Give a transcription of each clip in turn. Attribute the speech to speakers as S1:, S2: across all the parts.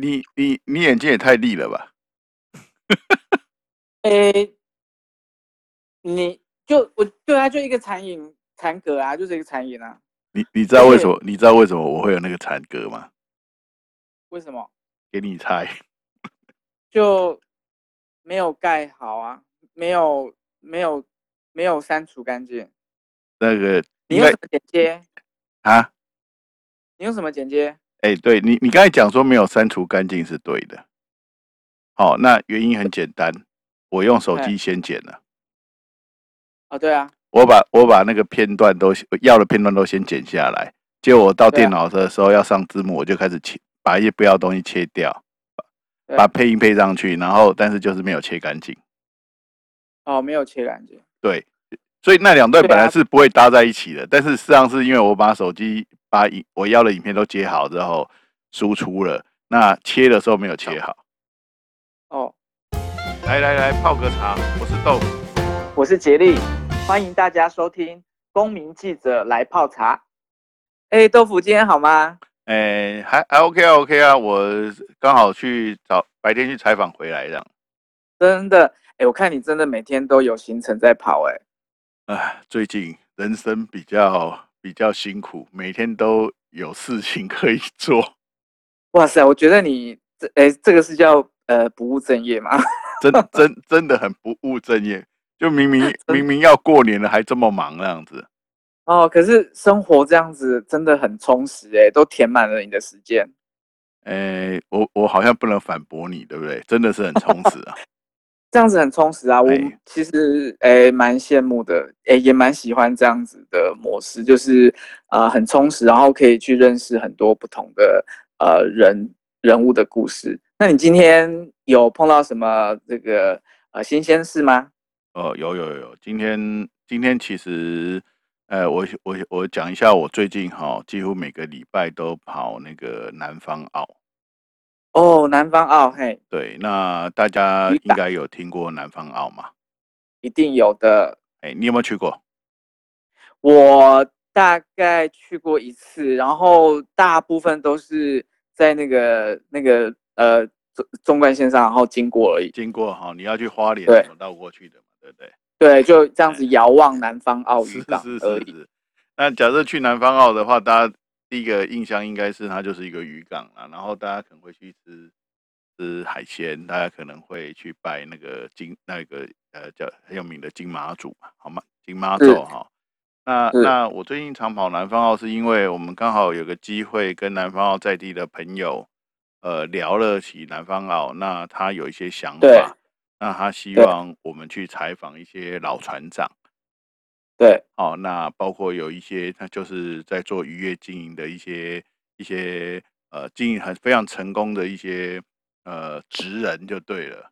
S1: 你你你眼睛也太利了吧？
S2: 诶，你就我对啊，就一个残影残格啊，就是一个残影啊。
S1: 你你知道为什么？你知道为什么我会有那个惨歌吗？
S2: 为什么？
S1: 给你猜，
S2: 就没有盖好啊，没有没有没有删除干净。
S1: 那个
S2: 你
S1: 应
S2: 用
S1: 该
S2: 什么剪接？
S1: 啊，
S2: 你用什么剪接？
S1: 哎、对你你刚才讲说没有删除干净是对的。好，那原因很简单，我用手机
S2: 哎
S1: 先剪了，
S2: 哦，对啊，
S1: 我把我把那个片段都要的片段都先剪下来，结果我到
S2: 对啊
S1: 电脑的时候要上字幕，我就开始切，把一些不要的东西切掉，
S2: 对
S1: 把配音配上去，然后但是就是没有切干净。
S2: 哦，没有切干净。
S1: 对，所以那两段
S2: 对
S1: 本来
S2: 啊
S1: 是不会搭在一起的，但是事实上是因为我把手机把影我要的影片都接好之后输出了，那切的时候没有切好。
S2: 哦，
S1: 来来来，泡个茶，我是豆腐。
S2: 我是杰力，欢迎大家收听《公民记者来泡茶》。哎，豆腐今天好吗？
S1: 哎、还还 OK 啊 OK 啊，我刚好去找白天去采访回来这样。
S2: 真的，哎，我看你真的每天都有行程在跑，哎，
S1: 唉，最近人生比较比较辛苦，每天都有事情可以做，
S2: 哇塞，我觉得你这，哎，这个是叫呃不务正业吗？
S1: 真真真的很不务正业。就明 明
S2: 的
S1: 明明要过年了，还这么忙那样子。
S2: 哦，可是生活这样子真的很充实哎，都填满了你的时间。
S1: 诶、我我好像不能反驳你，对不对？真的是很充实啊。
S2: 这样子很充实啊，我
S1: 哎
S2: 其实诶蛮羡慕的，诶也蛮喜欢这样子的模式，就是呃很充实，然后可以去认识很多不同的呃人人物的故事。那你今天有碰到什么这个呃新鲜事吗？
S1: 哦，有有有，今天今天其实，呃，我我我讲一下，我最近哈，几乎每个礼拜都跑那个南方澳。
S2: 哦，南方澳嘿，
S1: 对，那大家
S2: 渔
S1: 应
S2: 港
S1: 该有听过南方澳嘛？
S2: 一定有的，
S1: 哎、你有没有去过？
S2: 我大概去过一次，然后大部分都是在那个那个呃纵纵贯线上，然后经过而已。
S1: 经过哈，你要去花莲
S2: 对
S1: 怎么绕过去的嘛？对不对？
S2: 对，就这样子遥望南方澳
S1: 哎是
S2: 渔港
S1: 是
S2: 而
S1: 是
S2: 已。
S1: 是。那假设去南方澳的话，大家第一个印象应该是它就是一个渔港啦，然后大家可能会去吃吃海鲜，大家可能会去拜那个金那个呃叫很有名的金马祖嘛，好吗？金马
S2: 是
S1: 祖哈。那
S2: 是
S1: 那我最近常跑南方澳，是因为我们刚好有个机会跟南方澳在地的朋友，呃，聊了起南方澳，那他有一些想
S2: 对
S1: 法，那他希
S2: 对
S1: 望我们去采访一些老船长。
S2: 对，
S1: 哦，那包括有一些他就是在做渔业经营的一些一些呃经营很非常成功的一些呃职人就对了。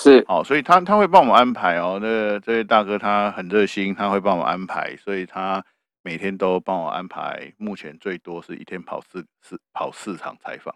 S2: 是
S1: 好、所以他他会帮我们安排哦。那个这位大哥他很热心，他会帮我们安排，所以他每天都帮我安排。目前最多是一天跑四四跑四场采访。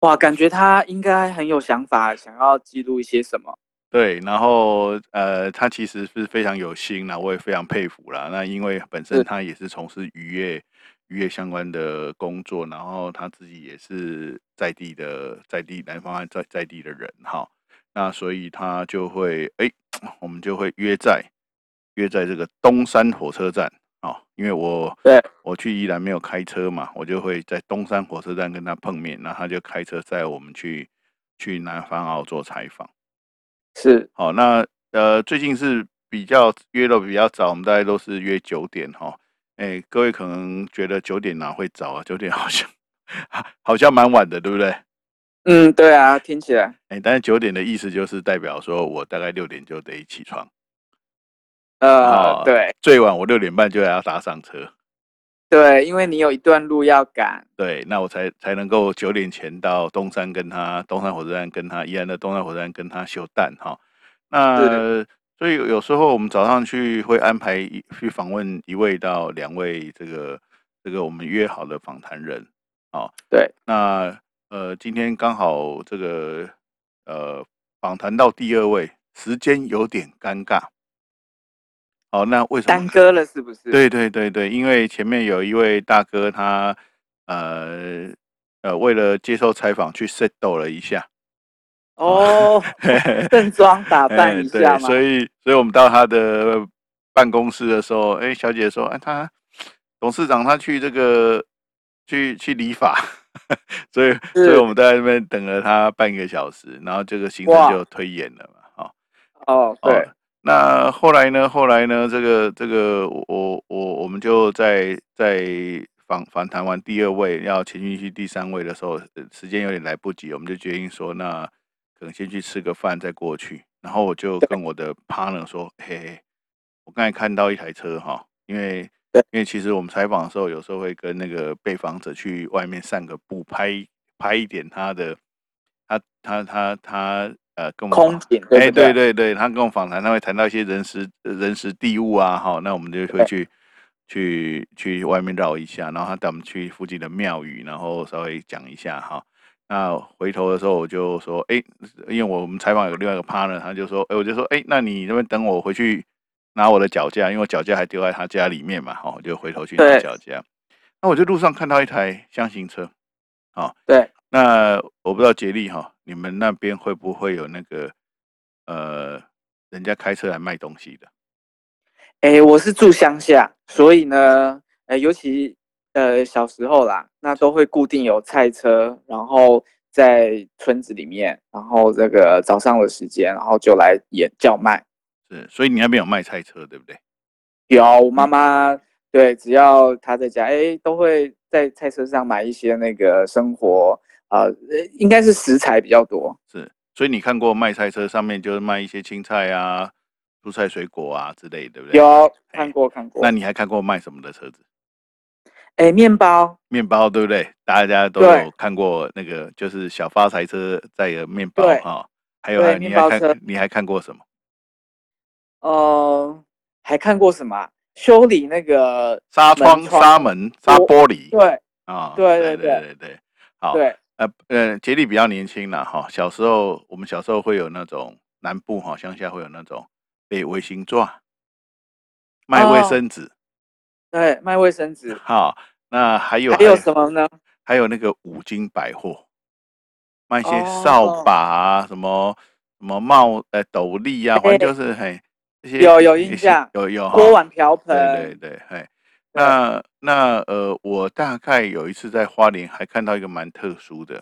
S2: 哇，感觉他应该很有想法，想要记录一些什么。
S1: 对，然后呃，他其实是非常有心啦，我也非常佩服啦。那因为本身
S2: 是
S1: 他也是从事渔业、渔业相关的工作，然后他自己也是在地的在地南方啊在在地的人哈，那所以他就会哎、我们就会约在约在这个东山火车站哦，因为我
S2: 对
S1: 我去宜兰没有开车嘛，我就会在东山火车站跟他碰面，那他就开车载我们去去南方澳做采访。
S2: 是
S1: 好，那呃，最近是比较约的比较早，我们大概都是约九点哈。哎，各位可能觉得九点哪会早啊？九点好像 好像蛮晚的，对不对？
S2: 嗯，对啊，听起来
S1: 哎，但是九点的意思就是代表说我大概六点就得起床，
S2: 呃
S1: 哦
S2: 对
S1: 最晚我六点半就要搭上车，
S2: 对，因为你有一段路要 赶。
S1: 对，那我才才能够九点前到东山跟他东山火车站跟他宜兰的东山火车站跟他休蛋哈。那所以有时候我们早上去会安排一去访问一位到两位这个这个我们约好的访谈人啊。哦
S2: 对，
S1: 那呃今天刚好这个呃访谈到第二位，时间有点尴尬。好，那为什么
S2: 耽搁了是不是？
S1: 对对对对，因为前面有一位大哥他呃呃，为了接受采访去 set 斗了一下，
S2: 哦， 盛装打扮一下
S1: 哎对，
S2: 嘛。
S1: 所以所以我们到他的办公室的时候，哎、小姐说，哎、他董事长他去这个去去理发，所以所以
S2: 是
S1: 我们在那边等了他半个小时，然后这个行程
S2: 哇
S1: 就推演了嘛，好、
S2: 哦，对
S1: 哦，那后来呢？后来呢？这个这个，我我我我们就在在访访谈完第二位，要前进去第三位的时候，呃时间有点来不及，我们就决定说，那可能先去吃个饭再过去。然后我就
S2: 对
S1: 跟我的 partner 说，嘿嘿，我刚才看到一台车哈，因为
S2: 对
S1: 因为其实我们采访的时候，有时候会跟那个被访者去外面散个步，拍拍一点他的他他他他呃跟我们
S2: 空姐对不
S1: 哎、对
S2: 对
S1: 对对，他跟我访谈，他会谈到一些人时人时地物啊，哈，那我们就会
S2: 对
S1: 去去去外面绕一下，然后他带我们去附近的庙宇，然后稍微讲一下哈。那回头的时候，我就说，哎、因为我们采访有另外一个 partner，他就说，哎、我就说，哎、那你那边等我回去拿我的脚架，因为我脚架还丢在他家里面嘛，哈，我就回头去拿
S2: 对
S1: 脚架。那我就路上看到一台箱型车，哦
S2: 对，
S1: 那我不知道杰力哈，你们那边会不会有那个呃，人家开车来卖东西的？
S2: 哎，我是住乡下，所以呢，呃，尤其呃小时候啦，那都会固定有菜车，然后在村子里面，然后这个早上的时间，然后就来演叫卖。
S1: 是，所以你那边有卖菜车，对不对？
S2: 有我
S1: 嗯
S2: 妈妈，对，只要她在家，哎，都会在菜车上买一些那个生活，呃，呃应该是食材比较多。
S1: 是，所以你看过卖菜车上面就是卖一些青菜啊、蔬菜、水果啊之类，对不对？。
S2: 有看过看过，
S1: 那你还看过卖什么的车子？
S2: 哎，面包，
S1: 面包，对不对？大家都
S2: 对
S1: 有看过那个，就是小发财车载的面包
S2: 对
S1: 啊、还有啊
S2: 对
S1: 你
S2: 面
S1: 还
S2: 包车
S1: 看你还看过什么？
S2: 呃，还看过什么啊？修理那个
S1: 纱窗、
S2: 门窗
S1: 纱门、纱
S2: 玻
S1: 玻璃
S2: 对
S1: 啊、
S2: 对
S1: 对
S2: 对
S1: 对对
S2: 对
S1: 对，好。
S2: 对，
S1: 呃呃，杰力比较年轻啦，哈，小时候我们小时候会有那种南部哈乡下会有那种被卫星抓，卖卫
S2: 哦
S1: 生纸，
S2: 对，卖卫生纸，
S1: 哈、那还有哎
S2: 还有什么呢？
S1: 还有那个五金百货，卖一些
S2: 哦
S1: 扫把啊，什么什么帽呃斗笠啊，反正就
S2: 哎
S1: 是嘿这些
S2: 有有印
S1: 一些
S2: 象
S1: 有有哈
S2: 锅碗瓢盆，
S1: 哦对对对，嘿，那那呃，我大概有一次在花莲还看到一个蛮特殊的，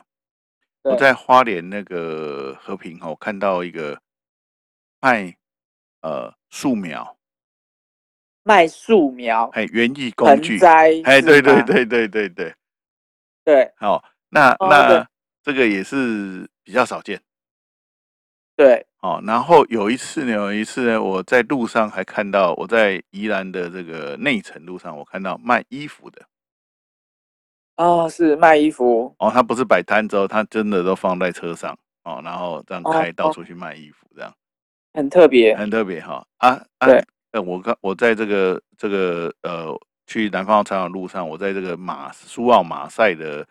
S1: 我
S2: 对
S1: 在花莲那个和平哦，看到一个卖呃树苗，
S2: 卖树苗、
S1: 哎，园艺工
S2: 盆
S1: 具，
S2: 栽是吗，
S1: 哎，对对对对对对，
S2: 对
S1: 好、那
S2: 哦
S1: 那
S2: 对
S1: 这个也是比较少见
S2: 对，
S1: 哦。然后有一次呢，有一次呢，我在路上还看到，我在宜兰的这个内城路上，我看到卖衣服的。
S2: 哦，是卖衣服，
S1: 哦，他不是摆摊之后，他真的都放在车上哦，然后这样
S2: 哦
S1: 开到
S2: 哦
S1: 处去卖衣服，这样
S2: 很特别，
S1: 很特别哈、啊啊
S2: 对！
S1: 呃，我刚我在这个这个呃去南方采访的路上，我在这个马苏澳马赛的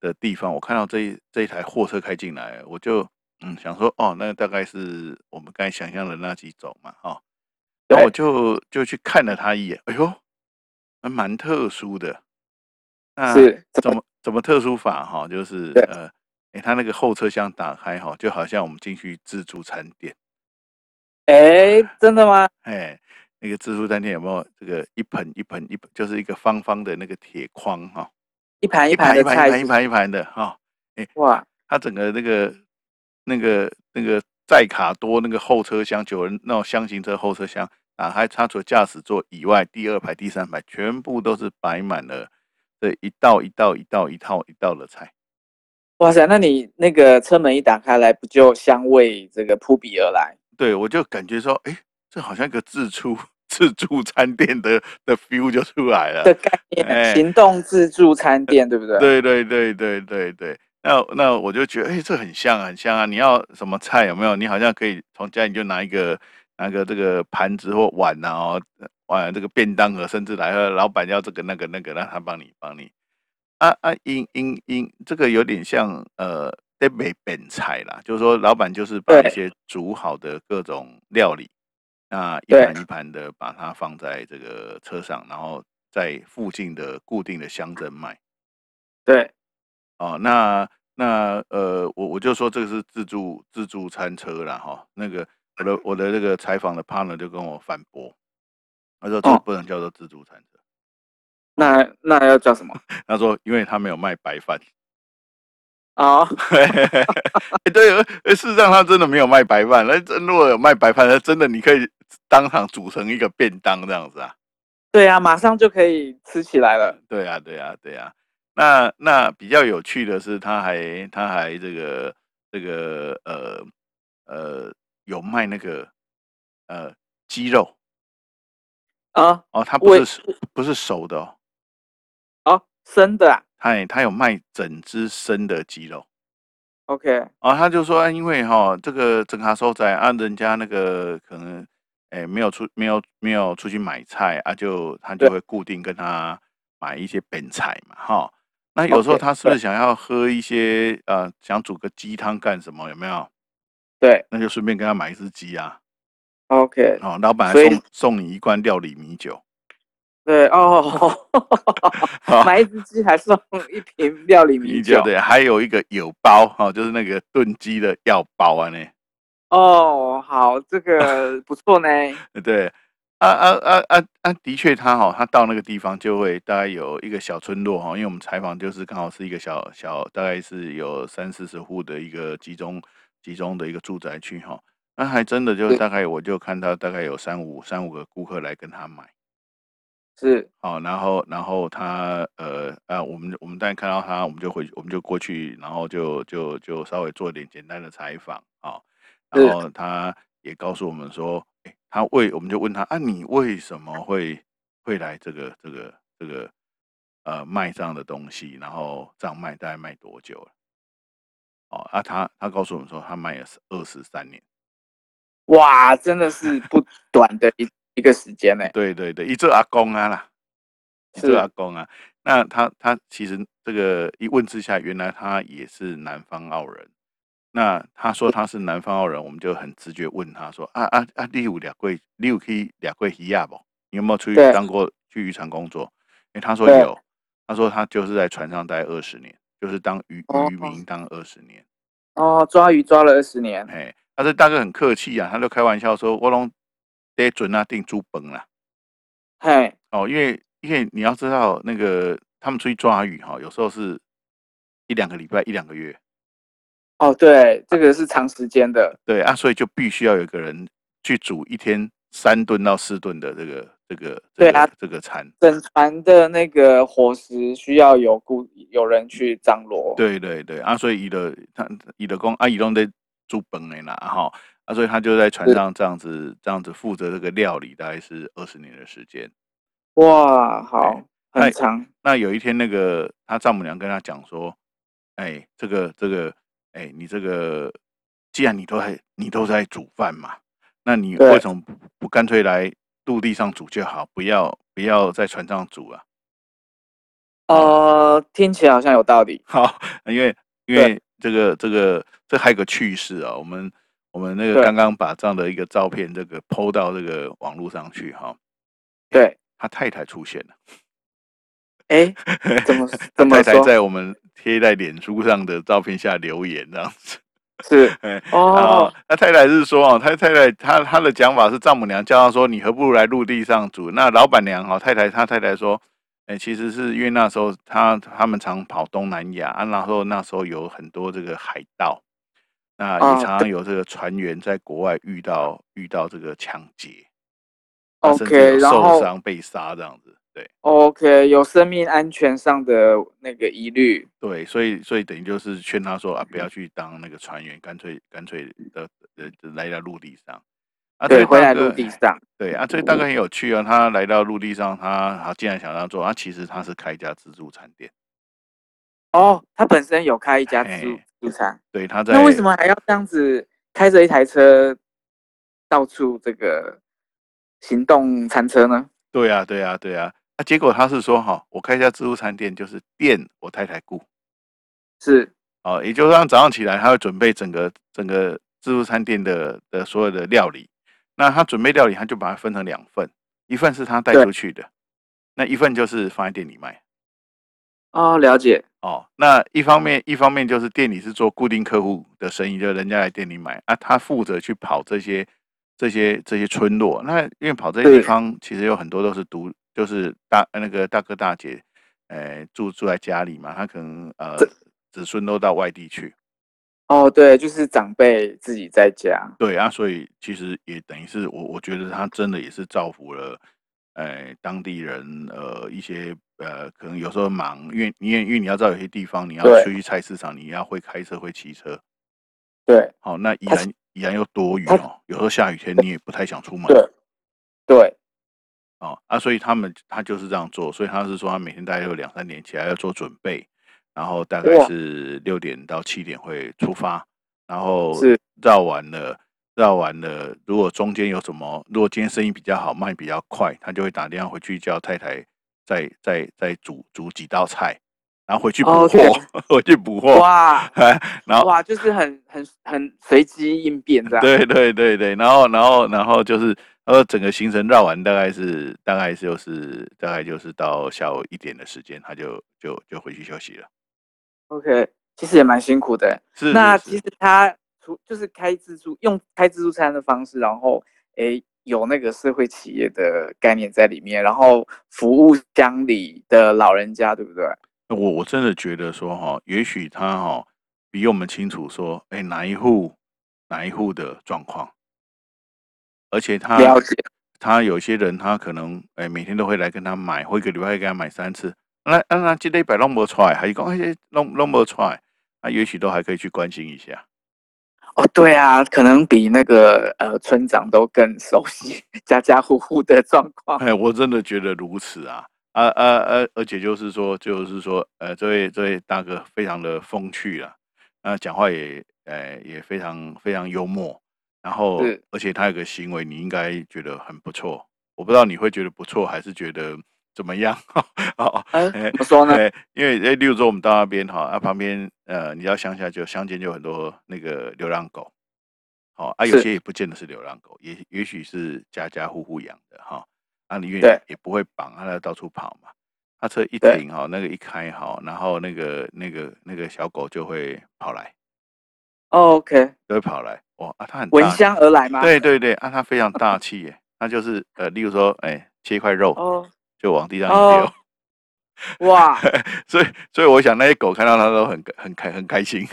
S1: 的地方，我看到这一这一台货车开进来，我就嗯想说哦，那大概是我们刚才想象的那几种嘛哈、哦，然后我
S2: 对
S1: 就就去看了他一眼，哎呦，还蛮特殊的，那
S2: 是
S1: 啊
S2: 怎
S1: 怎么怎么特殊法哈、就是
S2: 对
S1: 呃，诶，他那个后车厢打开哈、就好像我们进去自助餐店，
S2: 哎，真的吗？
S1: 哎，那个自助餐店有没有这个一盆一盆一盆，就是一个方方的那个铁框哈、
S2: 一盘一
S1: 盘
S2: 盘
S1: 一
S2: 的
S1: 盘
S2: 菜
S1: 一盘一
S2: 是
S1: 盘一盘的哈、
S2: 哇，
S1: 它整个那个那个那个载卡多那个后车厢，九人那种箱型车后车厢打开，它除了驾驶座以外，第二排、第三排全部都是摆满了这一道一道一道一套一道的菜。
S2: 哇塞，那你那个车门一打开来，不就香味这个扑鼻而来？
S1: 对我就感觉说，哎，这好像一个自助 自助餐店的的 feel 就出来了。
S2: 的概念，
S1: 哎
S2: 行动自助餐店，对不对？
S1: 对对对对对对，那那我就觉得，哎、这很像啊很像啊！你要什么菜有没有？你好像可以从家里就拿一个拿个这个盘子或碗啊、哦，碗这个便当盒，甚至来呃老板要这个那个那个，让他帮你帮你。啊啊，因因因，这个有点像呃在北本菜啦，就是说老板就是把一
S2: 对
S1: 些煮好的各种料理，那一盘
S2: 对
S1: 一盘的把它放在这个车上，然后在附近的固定的乡镇卖。
S2: 对
S1: 哦，那那呃，我我就说这个是自助自助餐车啦，哈、那个我的我的那个采访的 partner 就跟我反驳，他说这个
S2: 哦
S1: 不能叫做自助餐车，
S2: 那那要叫什么？
S1: 他说因为他没有卖白饭。
S2: 哦，
S1: 欸、对，呃事实上他真的没有卖白饭，那真如果有卖白饭，他真的你可以当场煮成一个便当这样子啊。
S2: 对啊，马上就可以吃起来了。
S1: 对啊，对啊，对啊。那那比较有趣的是，他还他还这个这个呃呃有卖那个呃鸡肉
S2: 啊
S1: 哦，他不
S2: 喂
S1: 是熟不是熟的哦，
S2: 哦，生的啊
S1: 他也他有卖整只生的鸡肉。
S2: ，OK，
S1: 啊，他就说，啊、因为哈、这个整卡收窄啊，人家那个可能，哎，没有出没有没有出去买菜啊就，他就
S2: 对
S1: 会固定跟他买一些本菜嘛，哈、那有时候
S2: OK，
S1: 他是不是想要喝一些呃，想煮个鸡汤干什么？有没有？
S2: 对
S1: 那就顺便跟他买一只鸡啊，
S2: ，OK，
S1: 哦，老板还
S2: 所以
S1: 送送你一罐料理米酒，
S2: 对哦，买一只鸡还送一瓶料理米
S1: 米
S2: 酒
S1: 酒，对，还有一个有包哈、哦，就是那个炖鸡的药包啊呢。
S2: 哦，好，这个不错呢。
S1: 对，啊啊啊啊啊，的确，他哈、他到那个地方就会大概有一个小村落哈、因为我们采访就是刚好是一个小小，大概是有三四十户的一个集中集中的一个住宅区哈、那还真的就是
S2: 对
S1: 大概我就看到大概有三五三五个顾客来跟他买。
S2: 是
S1: 哦，然后，然后他，呃，啊，我们我们当然看到他，我们就回，我们就过去，然后就就就稍微做点简单的采访啊、哦然
S2: 是
S1: 后他也告诉我们说，诶他为，我们就问他啊，你为什么会会来这个这个这个呃卖这样的东西，然后这样卖大概卖多久了？哦，啊，他他告诉我们说，他卖了二十三年，
S2: 哇，真的是不短的一一个时间呢。
S1: 对对对，一这阿公啊啦。
S2: 是
S1: 是阿公啊。那他他其实这个一问之下，原来他也是南方澳人。那他说他是南方澳人，我们就很直觉问他说啊啊啊，你有俩贵，你有去俩贵西啊亚不？你有没有出去
S2: 对
S1: 当过去渔船工作？哎、他说
S2: 对
S1: 有，他说他就是在船上待二十年，就是当渔
S2: 哦
S1: 渔民当二十年。
S2: 哦，抓鱼抓了二十年，
S1: 哎，但是大哥很客气啊，他就开玩笑说，我拢得准啊定猪本啦、
S2: 嘿，
S1: 哦，因为因为你要知道，那个他们出去抓鱼哈、有时候是一两个礼拜、一两个月，
S2: 哦，对，这个是长时间的，
S1: 对啊，所以就必须要有一个人去煮一天三顿到四顿的这个这个这
S2: 对
S1: 个、
S2: 啊
S1: 这个餐。
S2: 整船的那个伙食需要有雇有人去张罗，
S1: 对对对啊，所以伊的他伊的公啊，伊拢在煮本的啦哈、啊，所以他就在船
S2: 是
S1: 上这样子这样子负责这个料理，大概是二十年的时间。
S2: 哇，好，
S1: 哎
S2: 很长，
S1: 那有一天，那个他丈母娘跟他讲说：“哎，这个这个，哎，你这个，既然你都在你都在煮饭嘛，那你
S2: 对
S1: 为什么不不干脆来陆地上煮就好，不要不要在船上煮啊？
S2: 呃，听起来好像有道理，
S1: 好，因为因为这个这个这还有个趣事啊，我们我们那个
S2: 对
S1: 刚刚把这样的一个照片这个抛到这个网络上去哈、
S2: 对，
S1: 他太太出现了，
S2: 哎，怎么怎么
S1: 太太
S2: 说？
S1: 在我们贴在脸书上的照片下留言这样子。”
S2: 是
S1: 哎
S2: 哦
S1: 啊，，那太太是说哦，他太太她她的讲法是丈母娘叫她说，你何不如来陆地上住？那老板娘哦，太太她太太说，哎、其实是因为那时候她他们常跑东南亚啊，然后那时候有很多这个海盗，那也
S2: 啊
S1: 常常有这个船员在国外遇到遇到这个抢劫，啊甚
S2: OK，
S1: 至有
S2: 然
S1: 受
S2: 后
S1: 伤被杀这样子，对。
S2: ，OK，有生命安全上的那个疑虑，
S1: 对，所以所以等于就是劝他说啊，不要去当那个船员，干脆干脆的呃来到陆地上。啊，所
S2: 对，
S1: 以
S2: 回
S1: 大
S2: 来
S1: 哥
S2: 陆地上，
S1: 对啊，所以大哥很有趣啊。他来到陆地上，他他竟然想要做啊，其实他是开一家自助餐店。
S2: 哦，他本身有开一家自助
S1: 哎
S2: 自助餐，
S1: 对，他在
S2: 那为什么还要这样子开着一台车到处这个行动餐车呢？
S1: 对啊，对啊，对啊。啊，结果他是说哈、我开一家自助餐店，就是店我太太雇
S2: 是
S1: 哦，也就是让早上起来，他会准备整个整个自助餐店的的所有的料理。那他准备料理，他就把它分成两份，一份是他带
S2: 对
S1: 出去的，那一份就是放在店里卖。
S2: 哦，了解，
S1: 哦，那一方面，一方面就是店里是做固定客户的生意，就是人家来店里买啊，他负责去跑这些、这些、这些村落。那因为跑这些地
S2: 对
S1: 方，其实有很多都是独，就是大那个大哥大姐，呃，住住在家里嘛，他可能呃
S2: 这
S1: 子孙都到外地去，
S2: 哦，对，就是长辈自己在家，
S1: 对啊，所以其实也等于是我我觉得他真的也是造福了，呃，当地人呃一些呃可能有时候忙，因为因为因为你要知道有些地方你要
S2: 对
S1: 去菜市场，你要会开车会骑车。
S2: 对
S1: 好，那依
S2: 它
S1: 然依然又多雨
S2: 它
S1: 哦，有时候下雨天你也不太想出门
S2: 对对，
S1: 哦啊，所以他们他就是这样做，所以他是说他每天大概有两三点起来要做准备，然后大概
S2: 哇，
S1: 是六点到七点会出发，然后
S2: 是
S1: 绕完了绕完了，如果中间有什么，如果今天生意比较好，卖比较快，他就会打电话回去叫太太再再再煮煮几道菜，然后回去补
S2: 哦，天
S1: 货， 回去补货，
S2: 哇
S1: 然后
S2: 哇，就是很很很随机应变这样，
S1: 对对对对，然后然后然后就是，呃，整个行程绕完大概是大概就是大概就是到下午一点的时间，他就就就回去休息了。
S2: OK，其实也蛮辛苦的欸。
S1: 是是
S2: 那其
S1: 是，
S2: 实他除就是开自助，用开自助餐的方式，然后诶有那个社会企业的概念在里面，然后服务乡里的老人家，对不对？
S1: 我我真的觉得说哈、也许他哈、比我们清楚说，哎，哪一户哪一户的状况，而且他
S2: 了解，
S1: 他有些人他可能哎每天都会来跟他买，或一个礼拜会给他买三次，那那那这礼拜弄不出来，还是讲哎弄弄不出来，那也许都还可以去关心一下。
S2: 哦，对啊，可能比那个呃村长都更熟悉家家户户的状况。嗯
S1: 哎，我真的觉得如此啊，啊啊啊！而且就是说，就是说，呃，这位这位大哥非常的风趣啊，那讲话也，呃，也非常非常幽默，然后
S2: 是，
S1: 而且他有个行为，你应该觉得很不错，我不知道你会觉得不错，还是觉得怎么样？ 哦，
S2: 嗯、
S1: 哎
S2: 怎么说呢？
S1: 哎，因为哎，例如说我们到那边哈，啊旁边呃，你要乡下就乡间就有很多那个流浪狗，好、啊，有
S2: 是
S1: 些也不见得是流浪狗，也也许是家家户户养的哈、啊，你因为
S2: 对
S1: 也不会绑，啊它到处跑嘛。他车一
S2: 对，
S1: 停哈，那个一开哈，然后那个那个那个小狗就会跑来，
S2: 哦，OK，
S1: 就会跑来。哇啊，它很
S2: 闻
S1: 大，
S2: 香而来吗？
S1: 啊对对对，啊，它非常大气耶。它就是呃，例如说，哎，切一块肉
S2: 哦
S1: 就往地上一丢，
S2: 哦，哇，
S1: 所以所以我想那些狗看到它都很很开很开心。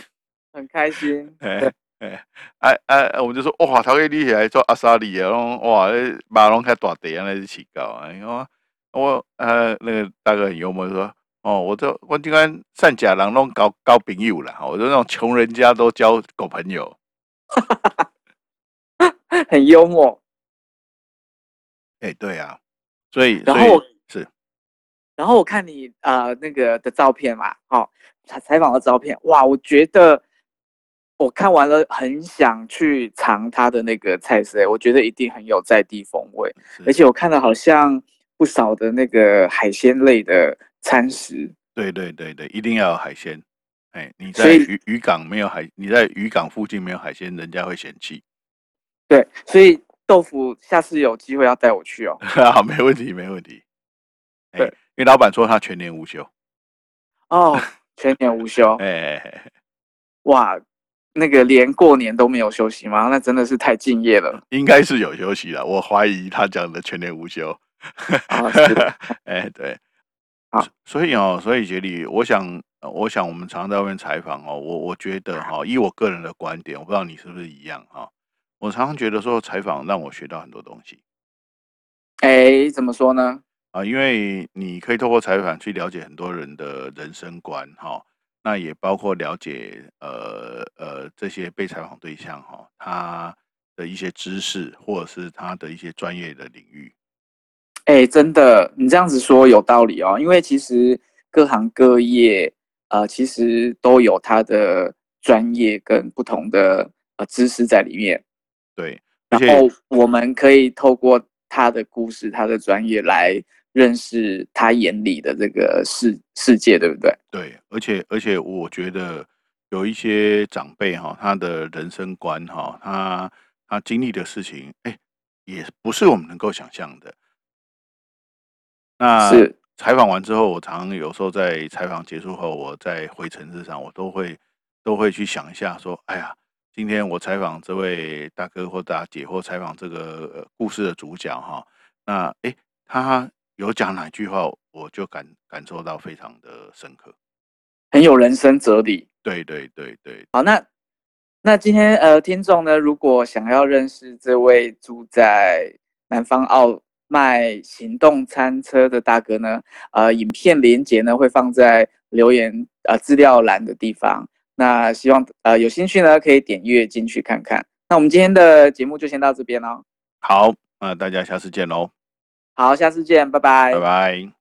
S2: 很开心。
S1: 哎哎哎哎，我们就说哇，头家你起来做阿萨里啊，拢哇，那马龙开大地啊，那是起高啊。你看我呃，那个大哥很幽默就说，哦，我这我今天善假人拢交交朋友啦，我说那种穷人家都交狗朋友。
S2: 很幽默。
S1: 哎，对啊，所以所
S2: 然后
S1: 以
S2: 我，
S1: 是
S2: 然后我看你呃那个的照片嘛，好、哦，采采访的照片，哇，我觉得我看完了很想去尝它的那个菜色，我觉得一定很有在地风味，而
S1: 是，
S2: 且我看到好像不少的那个海鲜类的餐食，
S1: 对对对对，一定要有海鲜。哎，你
S2: 所
S1: 在
S2: 以
S1: 渔渔港没有海，你在渔港附近没有海鲜，人家会嫌弃。
S2: 对，所以豆腐下次有机会要带我去哦。
S1: 好，啊没问题，没问题。哎，因
S2: 对，
S1: 为老板说他全年无休。
S2: 哦，全年无休，
S1: 哎，
S2: 哇，那个连过年都没有休息吗？那真的是太敬业 了
S1: 应该是有休息的，我怀疑他讲的全年无休。
S2: 啊！是的，
S1: 哎，对，
S2: 好，
S1: 所以哦，所以杰里，我想，呃我想我们常在外面采访哦，我我觉得哈、以我个人的观点，我不知道你是不是一样哈、我常常觉得说采访让我学到很多东西
S2: 哎，怎么说呢？
S1: 啊，因为你可以透过采访去了解很多人的人生观哈、那也包括了解呃呃这些被采访对象哈、他的一些知识或者是他的一些专业的领域。
S2: 哎，真的，你这样子说有道理哦，因为其实各行各业，呃，其实都有它的专业跟不同的呃知识在里面，
S1: 对，而
S2: 然
S1: 且
S2: 后我们可以透过他的故事、他的专业来认识他眼里的这个世世界，对不对？
S1: 对，而且而且，我觉得有一些长辈哈、他的人生观哈、他他经历的事情，哎，也不是我们能够想象的。那
S2: 是，
S1: 采访完之后，我常有时候在采访结束后，我再回城市上，我都会都会去想一下，说，哎呀，今天我采访这位大哥或大姐，或采访这个、呃故事的主角哈，那诶，他有讲哪句话，我就感感受到非常的深刻。
S2: 很有人生哲理。
S1: 对对对对，
S2: 好，那那今天呃，听众呢，如果想要认识这位住在南方澳卖行动餐车的大哥呢，呃，影片连接呢会放在留言呃资料栏的地方。那希望呃有兴趣呢，可以点阅进去看看。那我们今天的节目就先到这边喽。
S1: 好，那大家下次见喽，
S2: 好，下次见，拜拜
S1: 拜拜